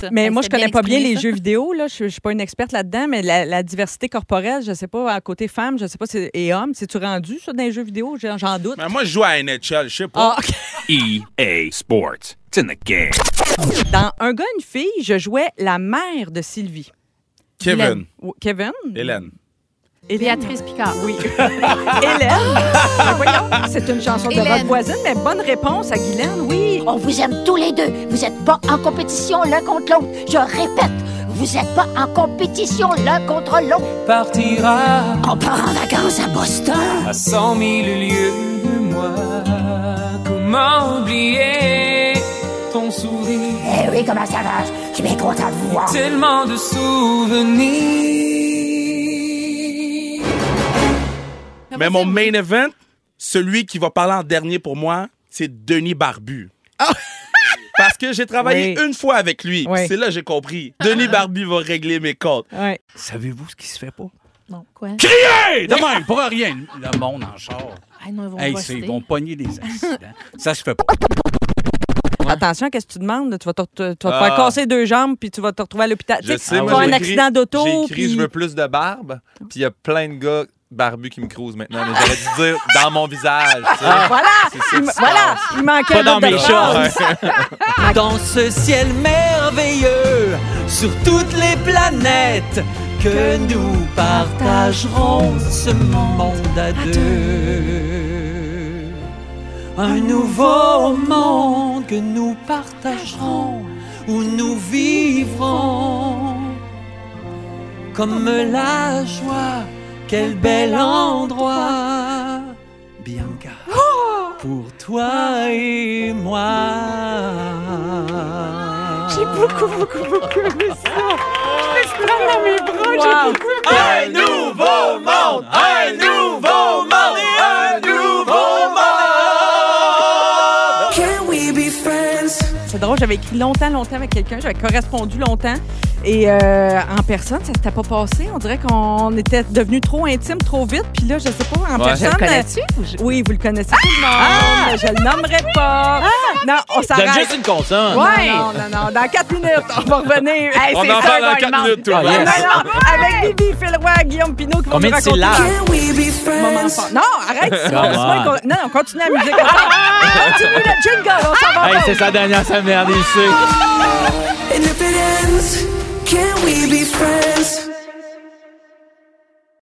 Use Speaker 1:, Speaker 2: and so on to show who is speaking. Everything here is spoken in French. Speaker 1: ça.
Speaker 2: Mais
Speaker 3: Ben,
Speaker 2: moi, je
Speaker 3: c'était
Speaker 2: connais
Speaker 3: bien
Speaker 2: pas bien
Speaker 3: exprimé,
Speaker 2: les
Speaker 3: ça.
Speaker 2: jeux vidéo. Là. Je, je suis pas une experte là-dedans, mais la, la diversité corporelle, je sais pas, à côté femme, je sais pas, c'est- et homme, c'est-tu rendu, ça, dans les jeux vidéo? J'en j'en doute.
Speaker 4: Mais moi, je joue à NHL, je sais
Speaker 2: Ah,
Speaker 4: pas.
Speaker 2: ok.
Speaker 5: EA E Sports. It's in the game.
Speaker 2: Dans Un gars, une fille, je jouais la mère de Sylvie.
Speaker 4: Kevin.
Speaker 2: Ou- Kevin?
Speaker 4: Hélène.
Speaker 2: Hélène.
Speaker 1: Béatrice Picard.
Speaker 2: Oui. Hélène.
Speaker 6: Ah!
Speaker 2: Ben voyons, c'est une chanson de votre
Speaker 1: Hélène.
Speaker 2: voisine, mais bonne réponse à Guylaine, oui.
Speaker 7: On vous aime tous les deux. Vous n'êtes pas en compétition l'un contre l'autre. Je répète, vous n'êtes pas en compétition l'un contre l'autre.
Speaker 8: partira
Speaker 7: On part en vacances à Boston.
Speaker 8: à cent mille lieues de moi. Comment oublier ton sourire
Speaker 7: Eh oui, comment ça va? Je suis bien content de vous voir.
Speaker 8: Tellement de souvenirs.
Speaker 4: Mais mon main event, celui qui va parler en dernier pour moi, c'est Denis Barbu. Parce que j'ai travaillé
Speaker 2: Ah. Oui.
Speaker 4: une fois avec lui.
Speaker 2: Oui. Ah.
Speaker 4: C'est là que j'ai compris. Denis Barbu va régler mes comptes.
Speaker 2: Ouais.
Speaker 5: Savez-vous ce qui se fait pas?
Speaker 1: Non, quoi?
Speaker 5: Hey, de même, pour rien. Le monde en char.
Speaker 1: Ah non, ils vont
Speaker 5: Hey, c'est-
Speaker 1: buster.
Speaker 5: ils vont pogner des accidents. Ça se fait pas.
Speaker 2: Attention, qu'est-ce que tu demandes? Tu vas te, tu vas te
Speaker 4: Ah.
Speaker 2: faire casser deux jambes, puis tu vas te retrouver à l'hôpital.
Speaker 6: Je
Speaker 2: Tu
Speaker 6: sais,
Speaker 2: tu
Speaker 6: moi,
Speaker 2: vas
Speaker 6: j'ai
Speaker 2: un
Speaker 6: écrit-
Speaker 2: accident
Speaker 6: J'ai
Speaker 2: d'auto,
Speaker 6: écrit
Speaker 2: puis...
Speaker 6: Je veux plus de barbe, puis il y a plein de gars barbus qui me crousent maintenant, mais j'aurais dû dire dans mon visage. tu sais.
Speaker 2: Voilà! Il, m- voilà! Il manquait
Speaker 6: Pas
Speaker 2: un
Speaker 6: dans
Speaker 2: bout de
Speaker 6: mes hein.
Speaker 2: phrase.
Speaker 6: shorts.
Speaker 8: Dans ce ciel merveilleux, sur toutes les planètes, que nous partagerons ce monde à deux. Un nouveau monde que nous partagerons, où nous vivrons. Comme la joie, quel bel endroit, Bianca
Speaker 5: Oh!
Speaker 8: pour toi et moi. J'ai beaucoup, beaucoup, beaucoup aimé ça. Je me suis dans mes bras. Un nouveau monde, un nouveau monde, un nouveau monde.
Speaker 2: C'est drôle, j'avais écrit longtemps, longtemps avec quelqu'un, j'avais correspondu longtemps. Et euh, en personne, ça s'était pas passé. On dirait qu'on était devenu trop intime trop vite. Puis là, je sais pas, en
Speaker 6: Ouais.
Speaker 2: personne.
Speaker 3: le connais-tu? ou je-
Speaker 2: euh, Oui, vous le connaissez tout le monde. Je le nommerai pas. non, on
Speaker 6: Ah! Donne
Speaker 2: s'arrête.
Speaker 6: juste une consonne.
Speaker 2: Ouais. Non, non, non, dans quatre minutes, on va revenir. Hey,
Speaker 6: On
Speaker 2: c'est
Speaker 6: en
Speaker 2: ça,
Speaker 6: parle dans
Speaker 2: Goldman.
Speaker 6: 4 minutes, tout le
Speaker 5: Ah,
Speaker 6: monde.
Speaker 5: yes.
Speaker 2: Non, non, avec Bibi, Philroy, Guillaume Pinot qui vont
Speaker 6: Combien
Speaker 2: nous
Speaker 6: de
Speaker 2: raconter
Speaker 6: syllabes?
Speaker 2: leur moment fort. Non, arrête. c'est
Speaker 6: Come
Speaker 2: pas-
Speaker 6: on.
Speaker 2: Non, on continue la musique. On continue le jingle, on s'en va.
Speaker 6: Hey, c'est sa dernière semaine ici.
Speaker 9: Independence, can we be friends?